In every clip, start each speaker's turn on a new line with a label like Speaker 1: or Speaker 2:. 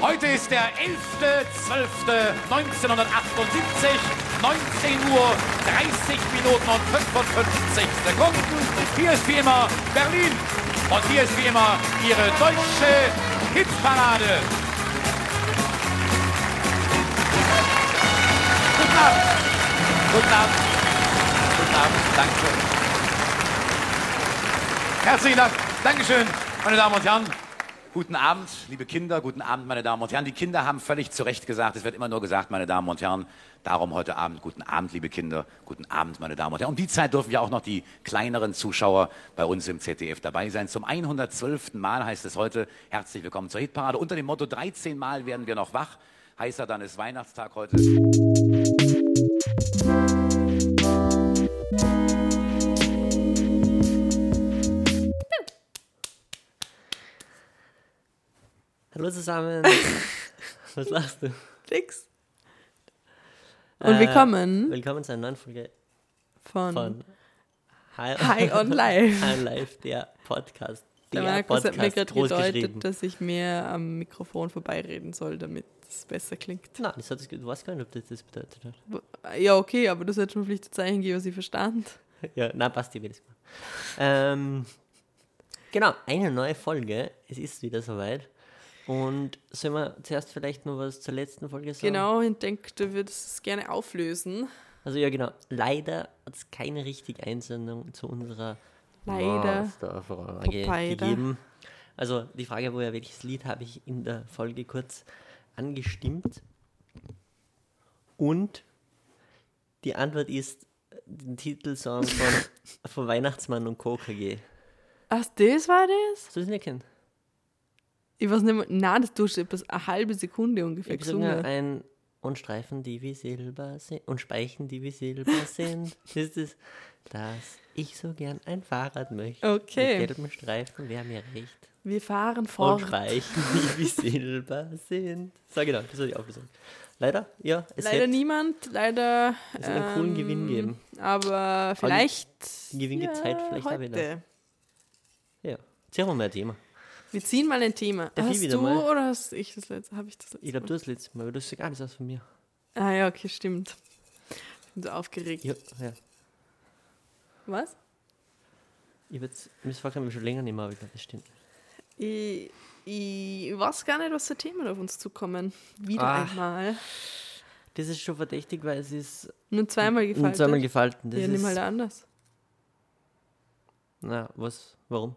Speaker 1: Heute ist der 11.12.1978, 19 Uhr 30 Minuten und 55 Sekunden. Hier ist wie immer Berlin und hier ist wie immer Ihre deutsche Hitparade. Guten Abend. Guten Abend. Guten Abend. Danke. Herzlichen Dank. Dankeschön, meine Damen und Herren. Guten Abend, liebe Kinder. Guten Abend, meine Damen und Herren. Die Kinder haben völlig zu Recht gesagt, es wird immer nur gesagt, meine Damen und Herren. Darum heute Abend, guten Abend, liebe Kinder. Guten Abend, meine Damen und Herren. Um die Zeit dürfen ja auch noch die kleineren Zuschauer bei uns im ZDF dabei sein. Zum 112. Mal heißt es heute, herzlich willkommen zur Hitparade. Unter dem Motto 13 Mal werden wir noch wach. Heißer dann ist Weihnachtstag heute.
Speaker 2: Hallo zusammen. Was lachst du? Äh,
Speaker 3: Nix. Und willkommen
Speaker 2: Willkommen zu einer neuen Folge
Speaker 3: von,
Speaker 2: von Hi,
Speaker 3: High on Life.
Speaker 2: High on Life, der Podcast.
Speaker 3: Der
Speaker 2: Der
Speaker 3: Markus hat
Speaker 2: Podcast,
Speaker 3: mir gerade
Speaker 2: groß
Speaker 3: gedeutet,
Speaker 2: geschrieben.
Speaker 3: dass ich mehr am Mikrofon vorbeireden soll, damit es besser klingt.
Speaker 2: Nein, das hat, du weißt gar nicht, ob das das bedeutet hat.
Speaker 3: Wo- Ja, okay, aber du solltest mir vielleicht ein Zeichen geben, was ich verstand.
Speaker 2: Ja, nein, passt dir jedes Mal. Ähm, genau, eine neue Folge. Es ist wieder soweit. Und sollen wir zuerst vielleicht noch was zur letzten Folge sagen?
Speaker 3: Genau, ich denke, du würdest es gerne auflösen.
Speaker 2: Also ja, genau. Leider hat es keine richtige Einsendung zu unserer
Speaker 3: Leider.
Speaker 2: Masterfrage
Speaker 3: Popeider.
Speaker 2: gegeben. Also die Frage war ja, welches Lied habe ich in der Folge kurz angestimmt. Und die Antwort ist äh, den Titelsong von, von Weihnachtsmann und Co. KG.
Speaker 3: Ach, das war das?
Speaker 2: Hast du das nicht kennen?
Speaker 3: Ich weiß nicht mehr. Nein, das tust du etwas eine halbe Sekunde ungefähr
Speaker 2: Ich äh, singe
Speaker 3: gesungen.
Speaker 2: ein und Streifen, die wie Silber sind und Speichen, die wie Silber sind. Das ist es, dass ich so gern ein Fahrrad möchte.
Speaker 3: Okay.
Speaker 2: Mit gelben Streifen wäre mir recht.
Speaker 3: Wir fahren
Speaker 2: und
Speaker 3: fort.
Speaker 2: Speichen, die wie Silber sind. So genau, das soll ich aufgesagt. Leider, ja, es
Speaker 3: Leider
Speaker 2: hätte
Speaker 3: niemand, leider. ähm,
Speaker 2: es hätte einen coolen Gewinn geben.
Speaker 3: Aber vielleicht.
Speaker 2: den Gewinn gibt's heute vielleicht auch wieder.
Speaker 3: heute.
Speaker 2: Ja, ziehen wir mal ein Thema.
Speaker 3: Wir ziehen mal ein Thema.
Speaker 2: Darf ich
Speaker 3: hast
Speaker 2: wieder
Speaker 3: du
Speaker 2: mal?
Speaker 3: oder hast ich das letzte? Habe ich das letzte?
Speaker 2: Ich glaube, du hast letztes Mal, aber du hast gar nichts aus von mir.
Speaker 3: Mal? Ah ja, okay, stimmt. Ich bin so aufgeregt.
Speaker 2: Ja, ja.
Speaker 3: Was?
Speaker 2: Ich habe jetzt, mir ist vorgekommen, schon länger nicht mehr, aber ich glaube, das stimmt.
Speaker 3: Ich, ich weiß gar nicht, was für Themen auf uns zukommen. Wieder
Speaker 2: Ah.
Speaker 3: einmal.
Speaker 2: Das ist schon verdächtig, weil es ist
Speaker 3: Nur zweimal gefallen.
Speaker 2: gefaltet. zweimal gefalten. Das
Speaker 3: ja, nimm
Speaker 2: ist,
Speaker 3: halt anders.
Speaker 2: na, was, warum?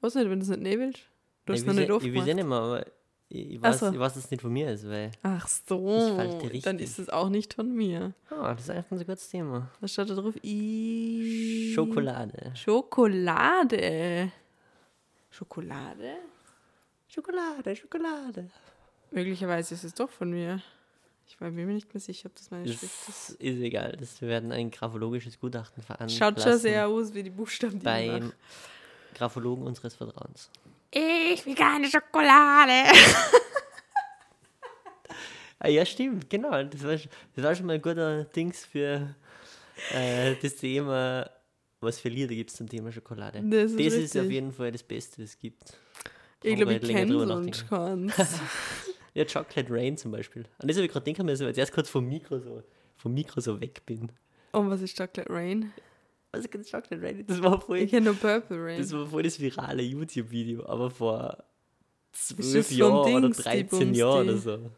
Speaker 3: Weiß nicht, wenn du es nicht nehmen willst. Du hast
Speaker 2: ich
Speaker 3: es noch
Speaker 2: weiß eh-
Speaker 3: nicht
Speaker 2: Ich weiß eh
Speaker 3: aufgemacht.
Speaker 2: nicht mehr, aber ich, ich,
Speaker 3: Ach
Speaker 2: weiß,
Speaker 3: so.
Speaker 2: ich weiß, dass es nicht von mir ist, weil.
Speaker 3: Ach
Speaker 2: Ich
Speaker 3: so,
Speaker 2: falte richtig.
Speaker 3: dann ist es auch nicht von mir.
Speaker 2: Ah, das ist einfach ein so gutes Thema.
Speaker 3: Was steht da drauf? I
Speaker 2: Schokolade.
Speaker 3: Schokolade. Schokolade?
Speaker 2: Schokolade, Schokolade.
Speaker 3: Möglicherweise ist es doch von mir. Ich war mir nicht mehr sicher, ob das meine
Speaker 2: Das
Speaker 3: Schrift ist.
Speaker 2: ist egal. Das, wir werden ein grafologisches Gutachten veranlassen.
Speaker 3: Schaut schon sehr aus wie die Buchstaben, die ich
Speaker 2: Beim
Speaker 3: mache.
Speaker 2: Grafologen unseres Vertrauens.
Speaker 3: Ich will keine Schokolade.
Speaker 2: Ah, ja, stimmt, genau. Das war, sch- das war schon mal ein guter Dings für äh, das Thema. Was für Lieder gibt es zum Thema Schokolade?
Speaker 3: Das ist
Speaker 2: das ist auf
Speaker 3: richtig.
Speaker 2: jeden Fall das Beste, das es gibt.
Speaker 3: Ich glaube, ich
Speaker 2: Brauchen wir länger
Speaker 3: kenne
Speaker 2: drüber
Speaker 3: sonst
Speaker 2: nachdenken.
Speaker 3: keins.
Speaker 2: Ja, Chocolate Rain zum Beispiel. An das habe ich gerade denken müssen, weil ich erst kurz vom Mikro so, vom Mikro so weg bin.
Speaker 3: Und was ist Chocolate Rain?
Speaker 2: Was ist das Chocolate Rain? Das war voll
Speaker 3: Ich kenne nur Purple Rain.
Speaker 2: Das war voll das virale YouTube-Video, aber vor
Speaker 3: das
Speaker 2: zwölf
Speaker 3: so ein
Speaker 2: Jahren oder
Speaker 3: Dings, die
Speaker 2: 13
Speaker 3: Bums,
Speaker 2: Jahren
Speaker 3: die-
Speaker 2: oder so. Nein,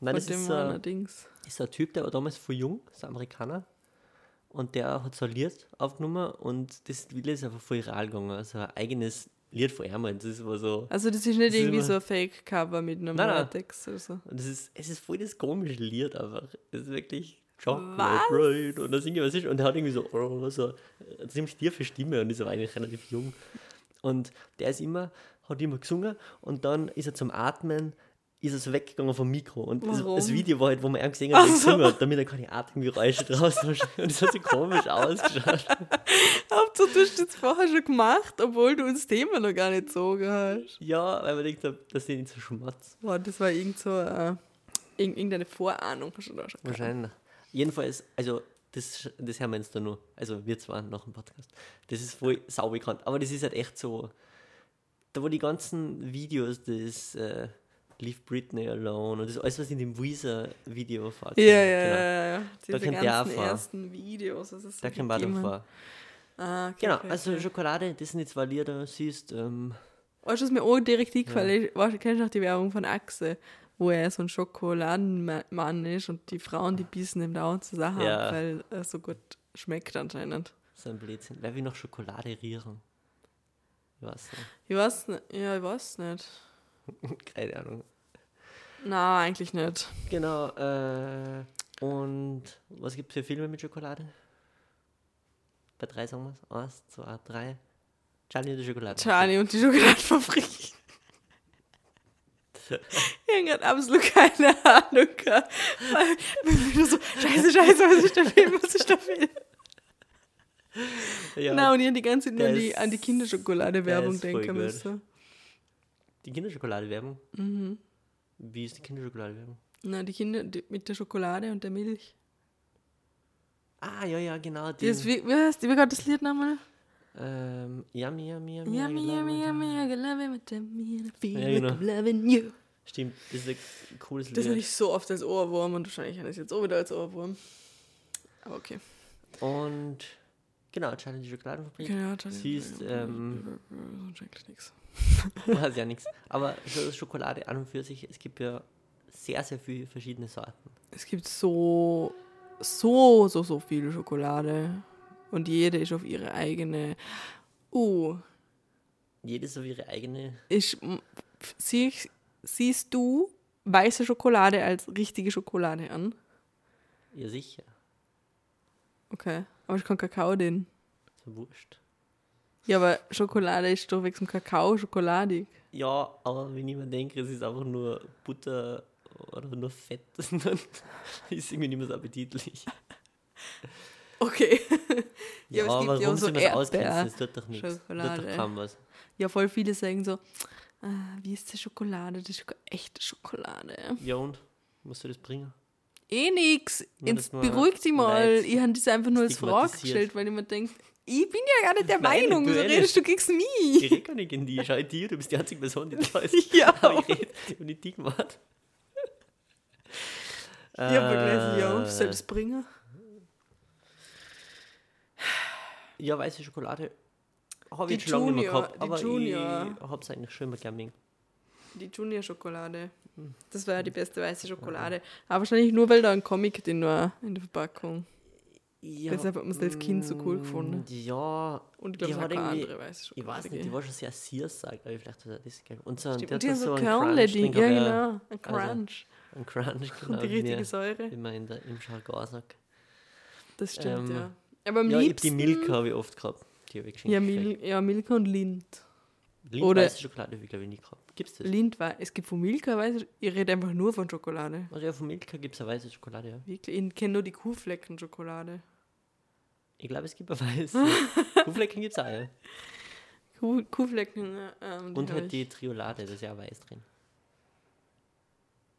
Speaker 3: Von
Speaker 2: das
Speaker 3: dem
Speaker 2: ist so,
Speaker 3: Warner
Speaker 2: ein-
Speaker 3: Dings.
Speaker 2: ist so ein Typ, der war damals voll jung, ist ein Amerikaner. Und der hat so ein Lied aufgenommen und das Lied ist einfach voll viral gegangen. Also ein eigenes Lied von ihm. Und das war so.
Speaker 3: Also das ist nicht
Speaker 2: Das ist
Speaker 3: irgendwie
Speaker 2: immer-
Speaker 3: so ein Fake-Cover mit einem
Speaker 2: Nein, nein.
Speaker 3: Text oder so.
Speaker 2: Und das ist, es ist voll das komische Lied einfach. Es ist wirklich Chocolate
Speaker 3: Was?
Speaker 2: Rain. Und da singt er was ist. Und er hat irgendwie so, oh, so eine ziemlich tiefe Stimme und ist aber eigentlich relativ jung. Und der ist immer, hat immer gesungen und dann ist er zum Atmen, ist er so weggegangen vom Mikro. Und das,
Speaker 3: Warum?
Speaker 2: das Video war halt, wo man ihn gesehen hat, wie er gesungen hat, damit er keine Atemgeräusche draußen hat. Und das hat so komisch ausgeschaut.
Speaker 3: Hauptsache, du hast das vorher schon gemacht, obwohl du uns Thema noch gar nicht so hast.
Speaker 2: Ja, weil man denkt, das sind nicht so schmatz.
Speaker 3: Boah, das war irgend so äh, irg- irgendeine Vorahnung. Hast du da schon gehabt.
Speaker 2: Wahrscheinlich. Jedenfalls, also das, das hören wir jetzt da nur. Also wir zwar noch im Podcast. Das ist voll sau bekannt. Aber das ist halt echt so. Da wo die ganzen Videos des äh, Leave Britney Alone und das ist alles, was in dem Weezer-Video vorkommt.
Speaker 3: Ja, ja,
Speaker 2: genau.
Speaker 3: ja, ja. Diese
Speaker 2: kommt der
Speaker 3: ganzen
Speaker 2: auch vor.
Speaker 3: ersten Videos. Das ist
Speaker 2: Da kommt Badum vor.
Speaker 3: Ah, okay,
Speaker 2: Genau,
Speaker 3: okay,
Speaker 2: also
Speaker 3: okay.
Speaker 2: Schokolade, das sind jetzt zwei Lieder, siehst, ähm,
Speaker 3: Weißt du, was mir auch direkt eingefallen ist? Weißt du, kennst du noch die Werbung von Achse, wo er so ein Schokoladenmann ist und die Frauen, die bissen ihm dauernd zur Sache
Speaker 2: Ja.
Speaker 3: ab, weil er so gut schmeckt anscheinend.
Speaker 2: so ein Blödsinn. Wer will noch Schokolade rieren? Ich weiß nicht.
Speaker 3: Ich weiß nicht. Ja, ich weiß nicht.
Speaker 2: Keine Ahnung.
Speaker 3: Na, eigentlich nicht.
Speaker 2: Genau, äh, und was gibt es für Filme mit Schokolade? Bei drei sagen wir es. Eins, zwei, drei. Charlie und die Schokolade.
Speaker 3: Charlie und die Schokoladenfabrik. Ich habe absolut keine Ahnung. gehabt. Weil- weil wir so, scheiße, scheiße, was ist der Film, was ist der Film?
Speaker 2: Ja,
Speaker 3: Na, und ich hab die ganze Zeit nur
Speaker 2: Der
Speaker 3: an die,
Speaker 2: ist-
Speaker 3: an die
Speaker 2: der
Speaker 3: Kinderschokolade-Werbung
Speaker 2: ist voll
Speaker 3: denken
Speaker 2: gut.
Speaker 3: müssen.
Speaker 2: Die Kinderschokolade-Werbung? Mhm. Wie ist die Kinderschokolade-Werbung?
Speaker 3: Na, die Kinder die, mit der Schokolade und der Milch.
Speaker 2: Ah, ja, ja, genau.
Speaker 3: Die
Speaker 2: Die,
Speaker 3: ist, wie, wie heißt, wie geht das Lied nochmal?
Speaker 2: ähm, yummy, yummy, yummy. I
Speaker 3: Yummy,
Speaker 2: love
Speaker 3: yummy,
Speaker 2: it.
Speaker 3: yummy, I can love it with the meal, I feel
Speaker 2: Ja,
Speaker 3: like
Speaker 2: genau.
Speaker 3: I'm loving you.
Speaker 2: Stimmt, das ist ein cooles
Speaker 3: Das hatte
Speaker 2: Lied.
Speaker 3: ich so oft als Ohrwurm und wahrscheinlich hatte ich es jetzt auch wieder als Ohrwurm. Aber okay.
Speaker 2: Und genau, Challenge Schokoladenfabrik.
Speaker 3: Genau,
Speaker 2: Sie ist, ähm,
Speaker 3: Eigentlich nichts.
Speaker 2: weiß ja nichts. Aber Sch- Schokolade an und für sich, es gibt ja sehr, sehr viele verschiedene Sorten.
Speaker 3: Es gibt so, so, so, so viel Schokolade. Und jede ist auf ihre eigene. Uh,
Speaker 2: Jede so ihre eigene.
Speaker 3: ich, sie, siehst du weiße Schokolade als richtige Schokolade an?
Speaker 2: Ja, sicher.
Speaker 3: Okay. Aber ich kann Kakao den.
Speaker 2: Ist mir wurscht.
Speaker 3: Ja, aber Schokolade ist doch wegen Kakao schokoladig.
Speaker 2: Ja, aber wenn ich mir denke, es ist einfach nur Butter oder nur Fett, dann ist irgendwie nicht mehr so appetitlich.
Speaker 3: Okay.
Speaker 2: Ja,
Speaker 3: Ja, aber
Speaker 2: aber
Speaker 3: es gibt ja auch
Speaker 2: warum
Speaker 3: so
Speaker 2: soll man das ausgrenzen?
Speaker 3: Erdbeer-
Speaker 2: Das tut doch nichts. Tut doch
Speaker 3: Schokolade.
Speaker 2: kaum was.
Speaker 3: Ja, voll viele sagen so, ah, wie ist die Schokolade? Das ist echte Schokolade.
Speaker 2: Ja und? Musst du das bringen?
Speaker 3: Eh nix.
Speaker 2: Nur,
Speaker 3: Jetzt
Speaker 2: dass man
Speaker 3: beruhig dich mal.
Speaker 2: Neid
Speaker 3: Ich habe das einfach nur als Frage
Speaker 2: stigmatisiert.
Speaker 3: gestellt, weil ich mir denke, ich bin ja gar nicht der
Speaker 2: Nein,
Speaker 3: Meinung.
Speaker 2: du
Speaker 3: Wieso
Speaker 2: redest.
Speaker 3: redest du gegen
Speaker 2: Ich
Speaker 3: mich?
Speaker 2: rede gar nicht in die. Schau in dir, du bist die einzige Person, die da ist.
Speaker 3: Ja.
Speaker 2: Aber ich rede und nicht die gemacht.
Speaker 3: Ja, aber gleich, ja,
Speaker 2: Äh,
Speaker 3: selbst bringen.
Speaker 2: Ja, weiße Schokolade habe
Speaker 3: Die
Speaker 2: ich schon lange nicht mehr
Speaker 3: Junior,
Speaker 2: gehabt.
Speaker 3: die
Speaker 2: Aber
Speaker 3: Junior.
Speaker 2: ich habe es eigentlich schon immer gern mögen.
Speaker 3: Die Junior-Schokolade.
Speaker 2: Hm.
Speaker 3: Das war ja die beste weiße Schokolade. Aber wahrscheinlich nur, weil da ein Comic drin war in der Verpackung.
Speaker 2: Ja,
Speaker 3: Deshalb hat man es als Kind so cool
Speaker 2: mm,
Speaker 3: gefunden.
Speaker 2: Ja.
Speaker 3: Und ich
Speaker 2: die
Speaker 3: glaube, es
Speaker 2: hat
Speaker 3: hat keine
Speaker 2: irgendwie-
Speaker 3: andere weiße
Speaker 2: Ich
Speaker 3: Schokolade.
Speaker 2: weiß nicht, die
Speaker 3: gegeben.
Speaker 2: war schon sehr Searsack, aber vielleicht hat er das gegeben. Und so, ein-
Speaker 3: Stimmt,
Speaker 2: der
Speaker 3: und die
Speaker 2: da
Speaker 3: haben so
Speaker 2: einen
Speaker 3: Curly,
Speaker 2: Crunch
Speaker 3: die,
Speaker 2: drin
Speaker 3: ja
Speaker 2: gehabt,
Speaker 3: genau, ein
Speaker 2: Also,
Speaker 3: Crunch.
Speaker 2: Ein Crunch, genau.
Speaker 3: und die
Speaker 2: wie
Speaker 3: richtige
Speaker 2: wir-
Speaker 3: Säure.
Speaker 2: Wie man in der, im Jargon sagt.
Speaker 3: Das stimmt,
Speaker 2: Ähm,
Speaker 3: ja. Aber am
Speaker 2: Ja, ich hab
Speaker 3: liebsten...
Speaker 2: die Milka habe ich oft gehabt. Die habe ich geschenkt.
Speaker 3: ja,
Speaker 2: gekriegt.
Speaker 3: Mil ja, Milka und Lind.
Speaker 2: Lind
Speaker 3: oder-
Speaker 2: weiße Schokolade habe ich, glaube ich, nie gehabt. Gibt's das?
Speaker 3: Lind war... Es gibt von Milka, weiß ich, ich rede einfach nur von Schokolade.
Speaker 2: Also ja, von Milka gibt es eine weiße Schokolade, ja.
Speaker 3: Wirklich, ich kenne nur die Kuhflecken-Schokolade.
Speaker 2: Ich glaube, es gibt eine weiße. Kuhflecken gibt es auch, ja.
Speaker 3: Kuh, Kuhflecken, ähm, die
Speaker 2: Und
Speaker 3: hab
Speaker 2: halt die
Speaker 3: ich-
Speaker 2: Triolade, das ist ja auch weiß drin.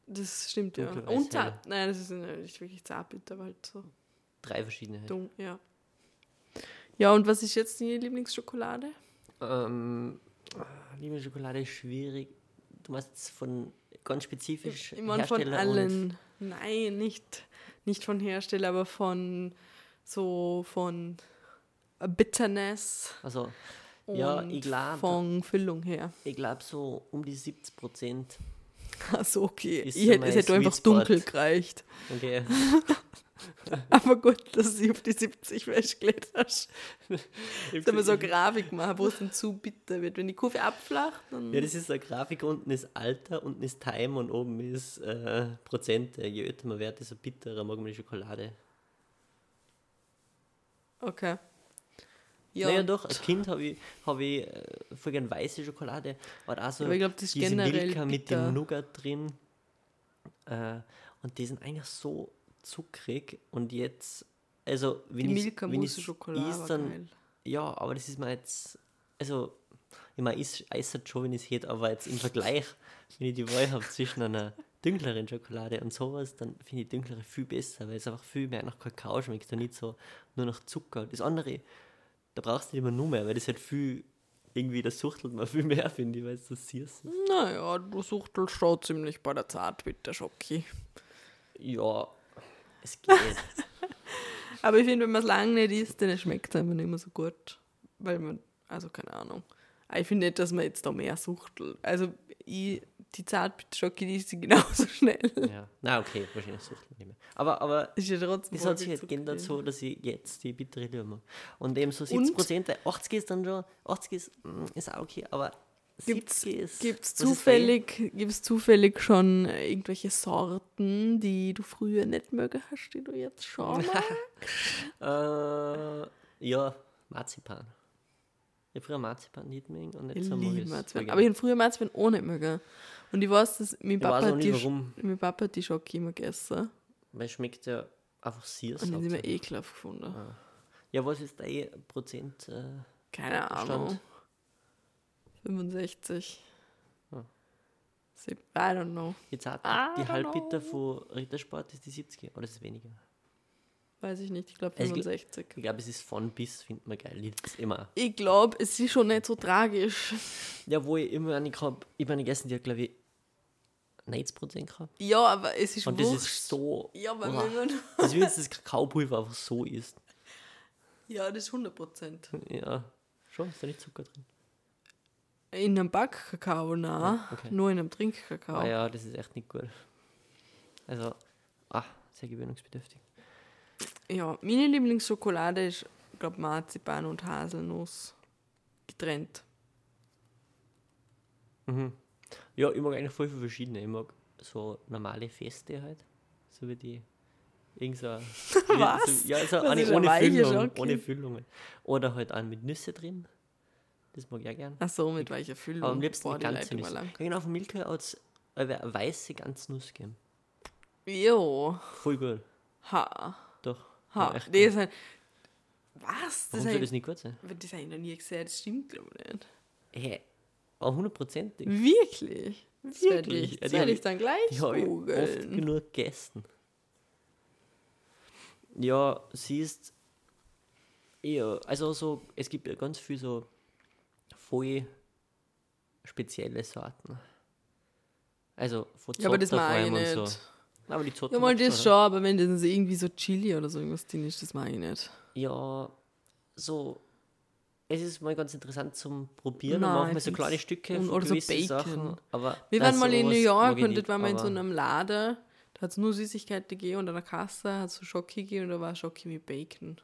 Speaker 3: Das stimmt, ja.
Speaker 2: dunkle
Speaker 3: Und
Speaker 2: Weißhelle.
Speaker 3: zart. Nein, das ist nicht wirklich zart, aber halt so
Speaker 2: Drei verschiedene. Halt.
Speaker 3: dumm, ja. Ja, und was ist jetzt die Lieblingsschokolade?
Speaker 2: Ähm, ah, liebe Schokolade ist schwierig. Du machst es von ganz spezifisch
Speaker 3: Ich meine von
Speaker 2: Hersteller und
Speaker 3: allen. Nein, nicht, nicht von Hersteller, aber von so von Bitterness
Speaker 2: also
Speaker 3: und
Speaker 2: ja, ich glaube,
Speaker 3: von Füllung her.
Speaker 2: ich glaub so um die 70 Prozent.
Speaker 3: Also okay,
Speaker 2: Ist
Speaker 3: ich
Speaker 2: so
Speaker 3: hätte,
Speaker 2: mein
Speaker 3: es hätte einfach
Speaker 2: Sweet Spot.
Speaker 3: dunkel gereicht.
Speaker 2: Okay.
Speaker 3: Aber gut, dass ich auf die 70 festgelegt hast. Jetzt haben wir so eine Grafik machen, wo es dann zu bitter wird. Wenn die Kurve abflacht, dann
Speaker 2: Ja, das ist eine Grafik, unten ist Alter, unten ist Time und oben ist äh, Prozente. Je öter man wird, desto bitterer mag man die Schokolade.
Speaker 3: Okay. Ja,
Speaker 2: Ja. Naja doch, als Kind habe ich, hab ich äh, voll gern weiße Schokolade. Aber auch so
Speaker 3: Ja, aber ich glaub, das ist
Speaker 2: diese
Speaker 3: generell
Speaker 2: Milka mit
Speaker 3: bitter.
Speaker 2: dem Nougat drin. Äh, und die sind eigentlich so zuckrig. Und jetzt, also
Speaker 3: die
Speaker 2: wenn ich
Speaker 3: Milka
Speaker 2: wenn
Speaker 3: muss
Speaker 2: ich's
Speaker 3: Schokolade
Speaker 2: is,
Speaker 3: war
Speaker 2: dann
Speaker 3: geil.
Speaker 2: Ja, aber das ist mir jetzt, also ich meine, ich esse schon, wenn ich es hätte, aber jetzt im Vergleich, wenn ich die Wahl habe zwischen einer dünkleren Schokolade und sowas, dann finde ich die dünklere viel besser, weil es einfach viel mehr nach Kakao schmeckt und nicht so nur nach Zucker. Das andere, da brauchst du nicht immer nur mehr, weil das halt viel irgendwie, das suchtelt man viel mehr, finde ich, weil es das siehst.
Speaker 3: Naja, du suchtel schon ziemlich bei der Zart, bitte, Schocki.
Speaker 2: Ja, es geht.
Speaker 3: Aber ich finde, wenn man es lange nicht isst, dann schmeckt es einfach nicht mehr so gut. Weil man, also keine Ahnung. Aber Ich finde nicht, dass man jetzt da mehr suchtelt. Also ich, die Zartbitschocke, die ist genauso schnell.
Speaker 2: ja. Na, okay, wahrscheinlich suchtelt nicht mehr. Aber, aber
Speaker 3: Ist ja trotzdem.
Speaker 2: das hat sich
Speaker 3: voll
Speaker 2: halt geändert
Speaker 3: zurückgegangen.
Speaker 2: so, dass ich jetzt die bittere Liebe mag. Und eben so
Speaker 3: Und?
Speaker 2: 70 Prozent, 80 ist dann schon, 80 ist, mm, ist auch okay, aber 70
Speaker 3: Gibt's,
Speaker 2: ist...
Speaker 3: gibt's
Speaker 2: was ist bei Ihnen?
Speaker 3: zufällig, gibt's zufällig schon äh, irgendwelche Sorten, die du früher nicht mögen hast, die du jetzt schon magst?
Speaker 2: Äh, ja, Marzipan. Ich habe früher Marzipan nicht mögen und
Speaker 3: Ich
Speaker 2: jetzt haben
Speaker 3: liebe
Speaker 2: wir es.
Speaker 3: Marzwein. Aber ich habe früher Marzwein auch nicht mögen. Und ich weiß, dass mein
Speaker 2: Ich weiß
Speaker 3: Papa,
Speaker 2: auch
Speaker 3: die,
Speaker 2: nicht, warum.
Speaker 3: mein Papa hat die Schocke immer gegessen
Speaker 2: Weil es schmeckt ja einfach sehr
Speaker 3: und die habe ich immer
Speaker 2: salzig.
Speaker 3: ekelhaft gefunden.
Speaker 2: Ah,
Speaker 3: eh-
Speaker 2: Ja, was ist dein Prozent? Äh,
Speaker 3: Keine Ahnung. 65.
Speaker 2: Ja.
Speaker 3: Sieb- I don't know.
Speaker 2: jetzt hat
Speaker 3: Ah, I
Speaker 2: die
Speaker 3: don't
Speaker 2: Halbbitter von Rittersport ist die 70 oder ist es weniger?
Speaker 3: Weiß ich nicht, ich glaube
Speaker 2: Es gl-
Speaker 3: 65.
Speaker 2: Ich glaube, es ist von bis, findet man geil. Liebt's immer.
Speaker 3: Ich glaube, es ist schon nicht so tragisch.
Speaker 2: Ja, wo ich immer eine gehabt ich meine gegessen, die hat glaube ich 90 Prozent gehabt.
Speaker 3: Ja, aber es ist
Speaker 2: Und das
Speaker 3: wurscht.
Speaker 2: ist so.
Speaker 3: ja, weil
Speaker 2: Uah.
Speaker 3: wenn man,
Speaker 2: Das ist wie wenn das Kakaopulver einfach so ist.
Speaker 3: ja, das ist 100%.
Speaker 2: Ja. Schon, ist da nicht Zucker drin.
Speaker 3: In einem Backkakao, na,
Speaker 2: okay.
Speaker 3: nur in einem Trinkkakao.
Speaker 2: Ah ja, das ist echt nicht gut. Also, ah, sehr gewöhnungsbedürftig.
Speaker 3: Ja, meine Lieblingsschokolade ist, glaube Marzipan und Haselnuss getrennt.
Speaker 2: Ja, ich mag eigentlich voll viele verschiedene. Ich mag so normale Feste halt. So wie die. Irgend so.
Speaker 3: Was?
Speaker 2: So, ja, so
Speaker 3: Was
Speaker 2: eine
Speaker 3: ist
Speaker 2: ohne
Speaker 3: Hawaii schon?
Speaker 2: Füllung.
Speaker 3: Okay.
Speaker 2: Ohne Füllungen. Oder halt einen mit Nüsse drin. Das mag ich auch gern.
Speaker 3: Ach so, mit welcher Füllung?
Speaker 2: Aber am liebsten
Speaker 3: Boah,
Speaker 2: die
Speaker 3: die
Speaker 2: ganze
Speaker 3: Leitung war
Speaker 2: Nüsse. Ja,
Speaker 3: lang.
Speaker 2: genau, auf dem Milka hat es eine weiße ganze Nuss gegeben.
Speaker 3: Jo,
Speaker 2: Voll gut.
Speaker 3: ha,
Speaker 2: Doch.
Speaker 3: ha.
Speaker 2: Ja, echt
Speaker 3: das
Speaker 2: gut.
Speaker 3: ist Was? Das
Speaker 2: Warum soll das
Speaker 3: habe
Speaker 2: nicht gut sein?
Speaker 3: ich, das hab ich noch nie gesehen, das stimmt, glaube ich nicht.
Speaker 2: Hä? Aber hundertprozentig.
Speaker 3: Wirklich? Das werd
Speaker 2: Wirklich?
Speaker 3: ich-
Speaker 2: Ja, die
Speaker 3: Das werde
Speaker 2: hab
Speaker 3: ich
Speaker 2: ich-
Speaker 3: dann gleich
Speaker 2: Die habe ich oft
Speaker 3: googeln.
Speaker 2: genug gegessen. Ja, sie ist eher, also so, es gibt ja ganz viel so voll spezielle Sorten. Also von
Speaker 3: Ja, aber das
Speaker 2: Zotter vor
Speaker 3: mag ich
Speaker 2: allem
Speaker 3: nicht.
Speaker 2: und so. Nein, aber die Zotter
Speaker 3: Ja, mal
Speaker 2: magst du, halt
Speaker 3: das schon, aber wenn das irgendwie so Chili oder so irgendwas drin ist, das mag ich nicht.
Speaker 2: Ja, so. Es ist mal ganz interessant zum Probieren.
Speaker 3: Nein,
Speaker 2: Nein, manchmal
Speaker 3: ich
Speaker 2: so kleine
Speaker 3: find's-
Speaker 2: Stücke
Speaker 3: und-
Speaker 2: von
Speaker 3: oder so
Speaker 2: gewissen
Speaker 3: Bacon.
Speaker 2: Sachen. Aber
Speaker 3: Wir
Speaker 2: nein,
Speaker 3: waren mal in
Speaker 2: sowas
Speaker 3: New
Speaker 2: mag
Speaker 3: York
Speaker 2: ich
Speaker 3: und
Speaker 2: nicht,
Speaker 3: dort waren wir in so
Speaker 2: aber-
Speaker 3: einem Laden, da hat es nur Süßigkeiten gegeben und an der Kasse hat es so Schocke gegeben und da war Schocke mit Bacon.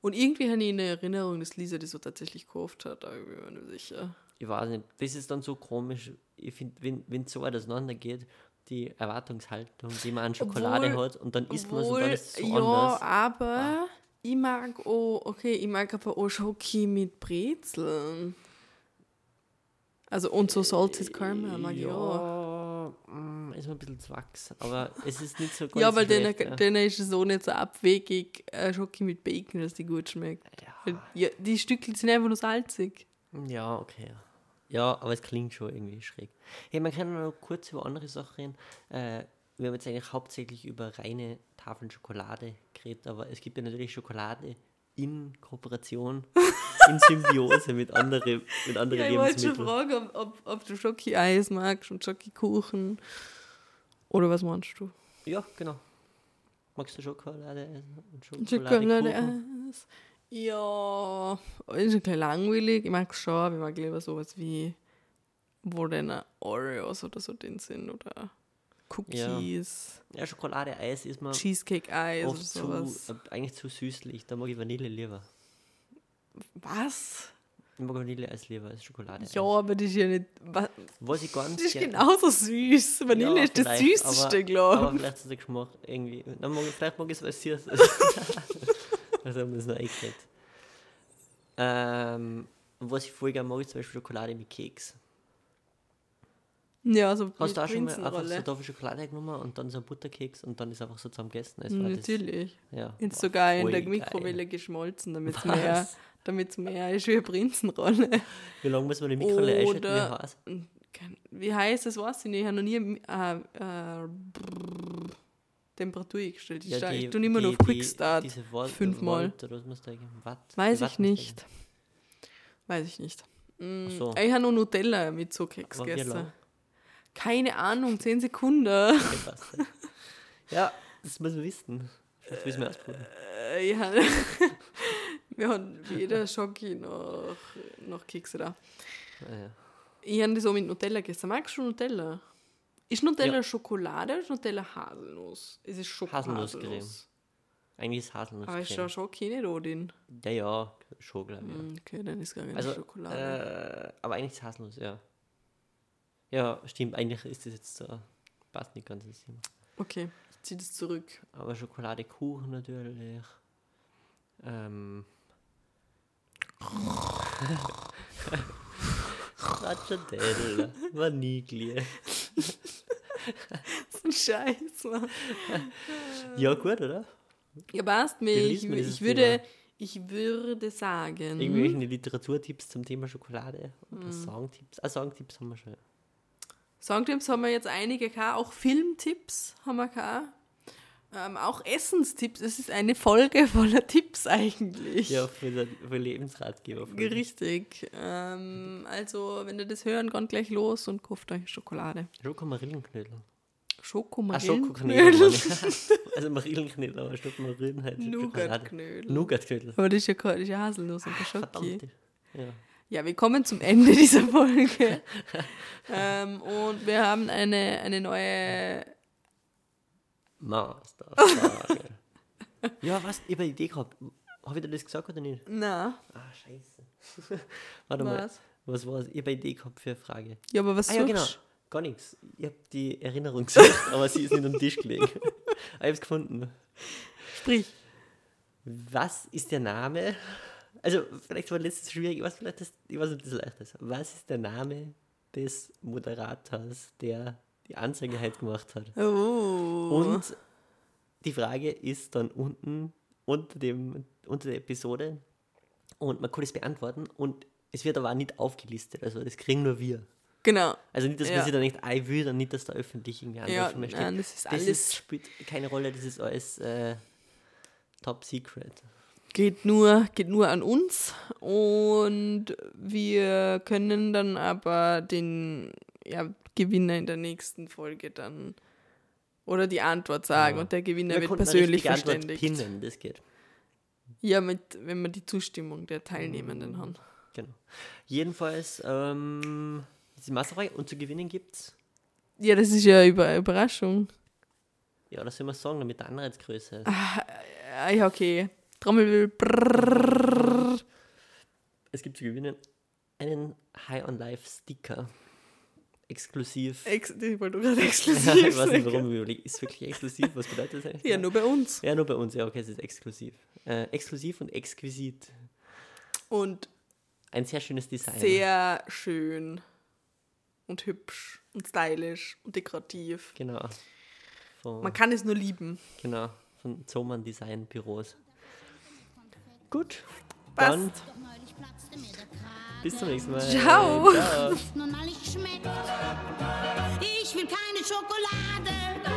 Speaker 3: Und irgendwie habe ich in Erinnerung, dass Lisa das so tatsächlich gekauft hat, aber ich bin mir nicht sicher.
Speaker 2: ich weiß nicht, das ist dann so komisch. Ich finde, wenn, wenn so weit auseinander geht, die Erwartungshaltung, die man an Schokolade
Speaker 3: Obwohl-
Speaker 2: hat und dann isst man es und dann ist es so
Speaker 3: ja,
Speaker 2: anders. Ah.
Speaker 3: aber ich mag auch, okay, ich mag aber auch Schoki mit Brezeln. Also und so Salted Caramel mag ich auch.
Speaker 2: ja, mm, ist mir ein bisschen zwachs, aber es ist nicht so ganz
Speaker 3: Ja, weil denen,
Speaker 2: schlecht, ja.
Speaker 3: denen ist es auch nicht so abwegig, äh, Schoki mit Bacon, dass die gut schmeckt. Weil, Ja, die Stückel sind einfach nur salzig.
Speaker 2: Ja, okay. Ja, aber es klingt schon irgendwie schräg. Hey, man kann noch kurz über andere Sachen reden. Äh, wir haben jetzt eigentlich hauptsächlich über reine Tafeln Schokolade geredet, aber es gibt ja natürlich Schokolade in Kooperation, in Symbiose mit anderen mit anderen
Speaker 3: Ja, ich wollte schon
Speaker 2: Lebensmitteln.
Speaker 3: fragen, ob, ob, ob du Schoki-Eis magst und Schoki-Kuchen. Oder was meinst du?
Speaker 2: ja, genau. Magst du Schokolade essen und Schokolade?
Speaker 3: Schokolade-Eis. Ja, ist ein bisschen langweilig. Ich mag es schon, aber ich mag lieber sowas wie, wo dann Oreos oder so drin sind oder Cookies,
Speaker 2: Ja, Schokolade-Eis ist mir
Speaker 3: Cheesecake-Eis oder
Speaker 2: oft zu,
Speaker 3: sowas.
Speaker 2: äh, eigentlich zu süßlich. Da mag ich Vanille lieber.
Speaker 3: Was?
Speaker 2: Ich mag Vanilleeis lieber als Schokolade.
Speaker 3: Ja, aber das ist ja nicht. Was?
Speaker 2: Was ich ganz
Speaker 3: Das ist genau
Speaker 2: gern-
Speaker 3: genauso süß. Vanille
Speaker 2: Ja,
Speaker 3: ist das
Speaker 2: vielleicht,
Speaker 3: Süßeste,
Speaker 2: aber-
Speaker 3: glaube
Speaker 2: Aber
Speaker 3: ich.
Speaker 2: vielleicht ist der Geschmack irgendwie. Dann mag, vielleicht mag ich es, weil es süß ist. also haben wir es noch eingekriegt. Ähm, was ich voll gerne mag, ist zum Beispiel Schokolade mit Keks.
Speaker 3: Ja, so
Speaker 2: Hast
Speaker 3: mit
Speaker 2: du auch schon mal einfach so
Speaker 3: Prinzenrolle.
Speaker 2: eine Tafel Schokolade genommen und dann so einen Butterkeks und dann ist einfach so zusammen gegessen? Es war das-
Speaker 3: Natürlich.
Speaker 2: Ja,
Speaker 3: Jetzt
Speaker 2: war
Speaker 3: sogar in
Speaker 2: voll
Speaker 3: der
Speaker 2: geil.
Speaker 3: Mikrowelle geschmolzen, damit es
Speaker 2: Was?
Speaker 3: mehr, damit's mehr ist wie eine Prinzenrolle.
Speaker 2: Wie lange muss man die Mikrowelle einschalten? Wie
Speaker 3: Oder-
Speaker 2: heiß?
Speaker 3: Kein- Wie heiß das weiß ich nicht. Ich habe noch nie äh, äh, brrr, Temperatur eingestellt. Ich, ja, ich tue immer nur auf Quickstart.
Speaker 2: diese Volt-
Speaker 3: fünfmal.
Speaker 2: Volt, oder was muss da eingeben? Watt,
Speaker 3: Weiß
Speaker 2: Watt
Speaker 3: ich
Speaker 2: muss da
Speaker 3: nicht. Weiß ich nicht. Mm,
Speaker 2: so.
Speaker 3: Ich habe nur Nutella mit so Keks
Speaker 2: Aber wie
Speaker 3: gegessen.
Speaker 2: lang?
Speaker 3: Keine Ahnung, 10 Sekunden.
Speaker 2: Okay, passt. ja, das müssen wir wissen. Vielleicht müssen wir ausprobieren.
Speaker 3: Äh, ja. Wir haben weder Schoki noch, noch Kekse da.
Speaker 2: Ah, ja.
Speaker 3: Ich habe das auch mit Nutella gegessen. Magst du Nutella? Ist Nutella
Speaker 2: Ja.
Speaker 3: Schokolade oder ist Nutella Haselnuss? Es ist Schokolade.
Speaker 2: Haselnusscreme.
Speaker 3: Haselnuss.
Speaker 2: Eigentlich ist Haselnuss.
Speaker 3: Aber ist da Schoki nicht, Odin?
Speaker 2: Ja, ja, schon, glaube ich.
Speaker 3: Mm, Okay, dann ist gar keine
Speaker 2: Also,
Speaker 3: Schokolade.
Speaker 2: Äh, aber eigentlich ist Haselnuss, ja. Ja, stimmt, eigentlich ist das jetzt so. Passt nicht ganz ins Thema.
Speaker 3: Okay, ich ziehe das zurück.
Speaker 2: Aber Schokolade, Kuchen natürlich. Ähm. Stracciatella, Vanille.
Speaker 3: Das ist ein Scheiß, Mann.
Speaker 2: Ja, gut, oder?
Speaker 3: Ja, passt mir.
Speaker 2: Wie
Speaker 3: Ich,
Speaker 2: liest man dieses
Speaker 3: ich, würde, ich würde sagen,
Speaker 2: Irgendwelche Literaturtipps zum Thema Schokolade oder
Speaker 3: Mhm.
Speaker 2: Songtipps. Ah, Songtipps haben wir schon.
Speaker 3: Songtipps haben wir jetzt einige gehabt, auch Filmtipps haben wir gehabt. Ähm, auch Essenstipps. Es ist eine Folge voller Tipps eigentlich.
Speaker 2: Ja, für, für Lebensratgeber.
Speaker 3: Richtig. Ähm, also, wenn ihr das hören, kommt gleich los und kauft euch Schokolade.
Speaker 2: Schokomarillenknödel. Ah, Schokoknödel.
Speaker 3: Schokomarillenknödel.
Speaker 2: meine ich. also Marillenknödel, aber Schokomarillen halt.
Speaker 3: Nougatknödel.
Speaker 2: Nougatknödel.
Speaker 3: Aber das ist ja, kein- das ist ja Haselnuss
Speaker 2: Ah,
Speaker 3: und kein Schoki.
Speaker 2: Verdammt. Ja.
Speaker 3: Ja, wir kommen zum Ende dieser Folge. ähm, und wir haben eine, eine neue
Speaker 2: Masterfrage. ja, was? Ich habe eine Idee gehabt. Habe ich dir das gesagt oder nicht?
Speaker 3: Na,
Speaker 2: Ah, scheiße. Warte mal.
Speaker 3: was?
Speaker 2: Was war's? Ich habe eine Idee gehabt für eine Frage.
Speaker 3: Ja, aber was
Speaker 2: Ah ja, genau.
Speaker 3: suchst
Speaker 2: Gar nichts. Ich habe die Erinnerung gesucht, aber sie ist nicht am Tisch gelegen. Ah, ich habe es gefunden. genau.
Speaker 3: Sprich.
Speaker 2: Was ist der Name? Also, vielleicht war letztes schwierig. Was vielleicht das, ich weiß nicht, ob das leicht ist. Was ist der Name des Moderators, der die Anzeige halt gemacht hat?
Speaker 3: Oh.
Speaker 2: Und die Frage ist dann unten unter, dem, unter der Episode und man kann es beantworten und es wird aber auch nicht aufgelistet, also das kriegen nur wir.
Speaker 3: Genau.
Speaker 2: Also nicht, dass
Speaker 3: Ja.
Speaker 2: man sich da nicht ein will und nicht, dass da öffentlich irgendwie
Speaker 3: Ja,
Speaker 2: anrufen möchte.
Speaker 3: nein, das ist
Speaker 2: das
Speaker 3: alles-
Speaker 2: ist, spielt keine Rolle, das ist alles äh, top secret.
Speaker 3: Geht nur, geht nur an uns. Und wir können dann aber den ja, Gewinner in der nächsten Folge dann oder die Antwort sagen.
Speaker 2: Ja.
Speaker 3: Und der Gewinner
Speaker 2: Man
Speaker 3: wird
Speaker 2: konnte eine
Speaker 3: persönlich
Speaker 2: richtige Antwort
Speaker 3: verständigt.
Speaker 2: pinnen, das geht.
Speaker 3: Ja, mit, wenn wir die Zustimmung der Teilnehmenden haben.
Speaker 2: Genau. Jedenfalls, ähm, das ist die Masterfrage und zu gewinnen gibt's.
Speaker 3: Ja, das ist ja über Überraschung.
Speaker 2: Ja, das soll man sagen, damit der Anreizgröße.
Speaker 3: Ah, ja, okay. Trommelwirbel. Brrrr.
Speaker 2: Es gibt zu gewinnen einen High on Life Sticker. Exklusiv.
Speaker 3: Ex ich wollte gerade
Speaker 2: ich
Speaker 3: exklusiv
Speaker 2: weiß nicht
Speaker 3: sagen.
Speaker 2: warum, ich überleg- ist wirklich exklusiv, was bedeutet das eigentlich? genau?
Speaker 3: Ja, nur bei uns.
Speaker 2: ja, nur bei uns, ja, okay, es ist exklusiv. Äh, exklusiv und exquisit.
Speaker 3: Und
Speaker 2: Ein sehr schönes Design.
Speaker 3: sehr schön und hübsch und stylisch und dekorativ.
Speaker 2: Genau. Von,
Speaker 3: Man kann es nur lieben.
Speaker 2: genau, von Zoman Design Büros. Gut, dann
Speaker 3: Passt.
Speaker 4: Neulich platzte mir der
Speaker 2: bis zum nächsten Mal.
Speaker 3: Ciao.
Speaker 2: Ciao.
Speaker 4: Kragen, nun mal ich schmeckt. Ich will keine Schokolade.